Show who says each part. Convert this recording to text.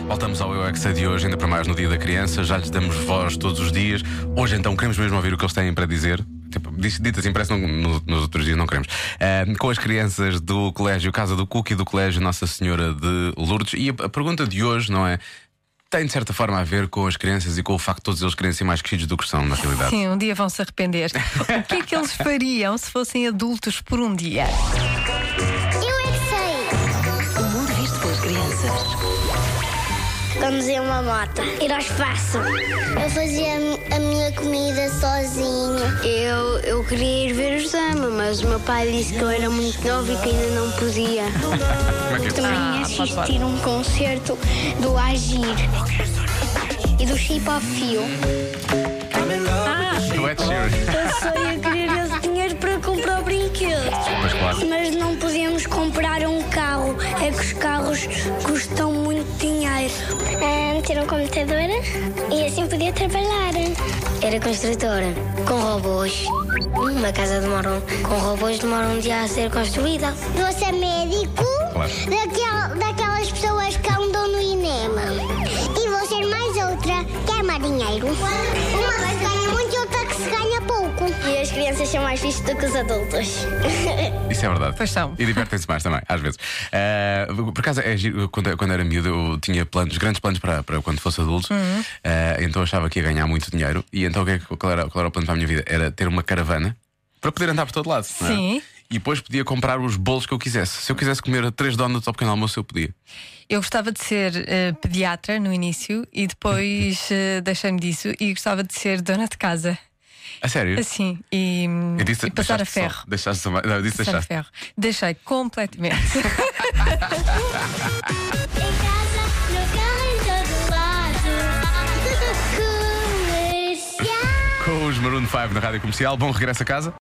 Speaker 1: Voltamos ao Eu é Que Sei de hoje, ainda para mais no Dia da Criança. Já lhes damos voz todos os dias. Hoje, então, queremos mesmo ouvir o que eles têm para dizer. Tipo, diz- Dito assim, parece que não- no- nos outros dias não queremos. Ahm, com as crianças do Colégio Casa do Cook e do Colégio Nossa Senhora de Lourdes. E a, a pergunta de hoje, não é? Tem de certa forma a ver com as crianças e com o facto de todos eles querem ser mais crescidos do que são, na realidade.
Speaker 2: Sim, um dia vão se arrepender. O que é que eles fariam se fossem adultos por um dia?
Speaker 3: Eu é que sei!
Speaker 4: O mundo visto pelas crianças.
Speaker 3: Conduzir uma moto, ir ao espaço. Eu fazia a minha comida sozinha. Eu, eu queria ir ver o Zama, mas o meu pai disse que eu era muito novo e que ainda não podia.
Speaker 1: Como é que é?
Speaker 3: Também
Speaker 2: Ah, pode, pode.
Speaker 3: um concerto do Agir e do Chip ao Fio.
Speaker 1: Do Ed Sheeran.
Speaker 3: Eu só ia querer esse dinheiro para comprar brinquedos.
Speaker 1: Mas claro.
Speaker 3: Mas não podemos comprar um carro, é que os carros custam muito dinheiro. ter um computador e assim podia trabalhar. Era construtora, com robôs. Uma casa demora com robôs demora um dia a ser construída. Vou ser médico
Speaker 1: Claro.
Speaker 3: daquelas pessoas que andam no cinema. E vou ser mais outra, que é marinheiro. Uma que se ganha muito e outra que se ganha pouco. E as crianças são mais fixas do que os adultos.
Speaker 1: Isso é verdade.
Speaker 2: Pois são.
Speaker 1: E divertem-se mais também, às vezes. Ah, por acaso, é giro, quando, quando era miúdo, eu tinha planos, grandes planos para, para quando fosse adulto.
Speaker 2: Uhum.
Speaker 1: Ah, então achava que ia ganhar muito dinheiro. E então, o que é que- qual, era, qual era o plano para a minha vida? Era ter uma caravana para poder andar por todo lado. não é?
Speaker 2: Sim.
Speaker 1: E depois podia comprar os bolos que eu quisesse. Se eu quisesse comer três donuts ao pequeno almoço, eu podia.
Speaker 2: Eu gostava de ser eh, pediatra no início e depois eh, deixei-me disso e gostava de ser dona de casa.
Speaker 1: A sério?
Speaker 2: Assim, e,
Speaker 1: Eu disse-
Speaker 2: e passar a
Speaker 1: deixaste só-
Speaker 2: ferro.
Speaker 1: Deixaste, só- não, eu disse
Speaker 2: Passar a
Speaker 1: deixaste.
Speaker 2: ferro. Deixei completamente.
Speaker 3: Em casa, no carro, em todo lado. Comercial.
Speaker 1: Com os Maroon 5 na rádio comercial, bom regresso a casa.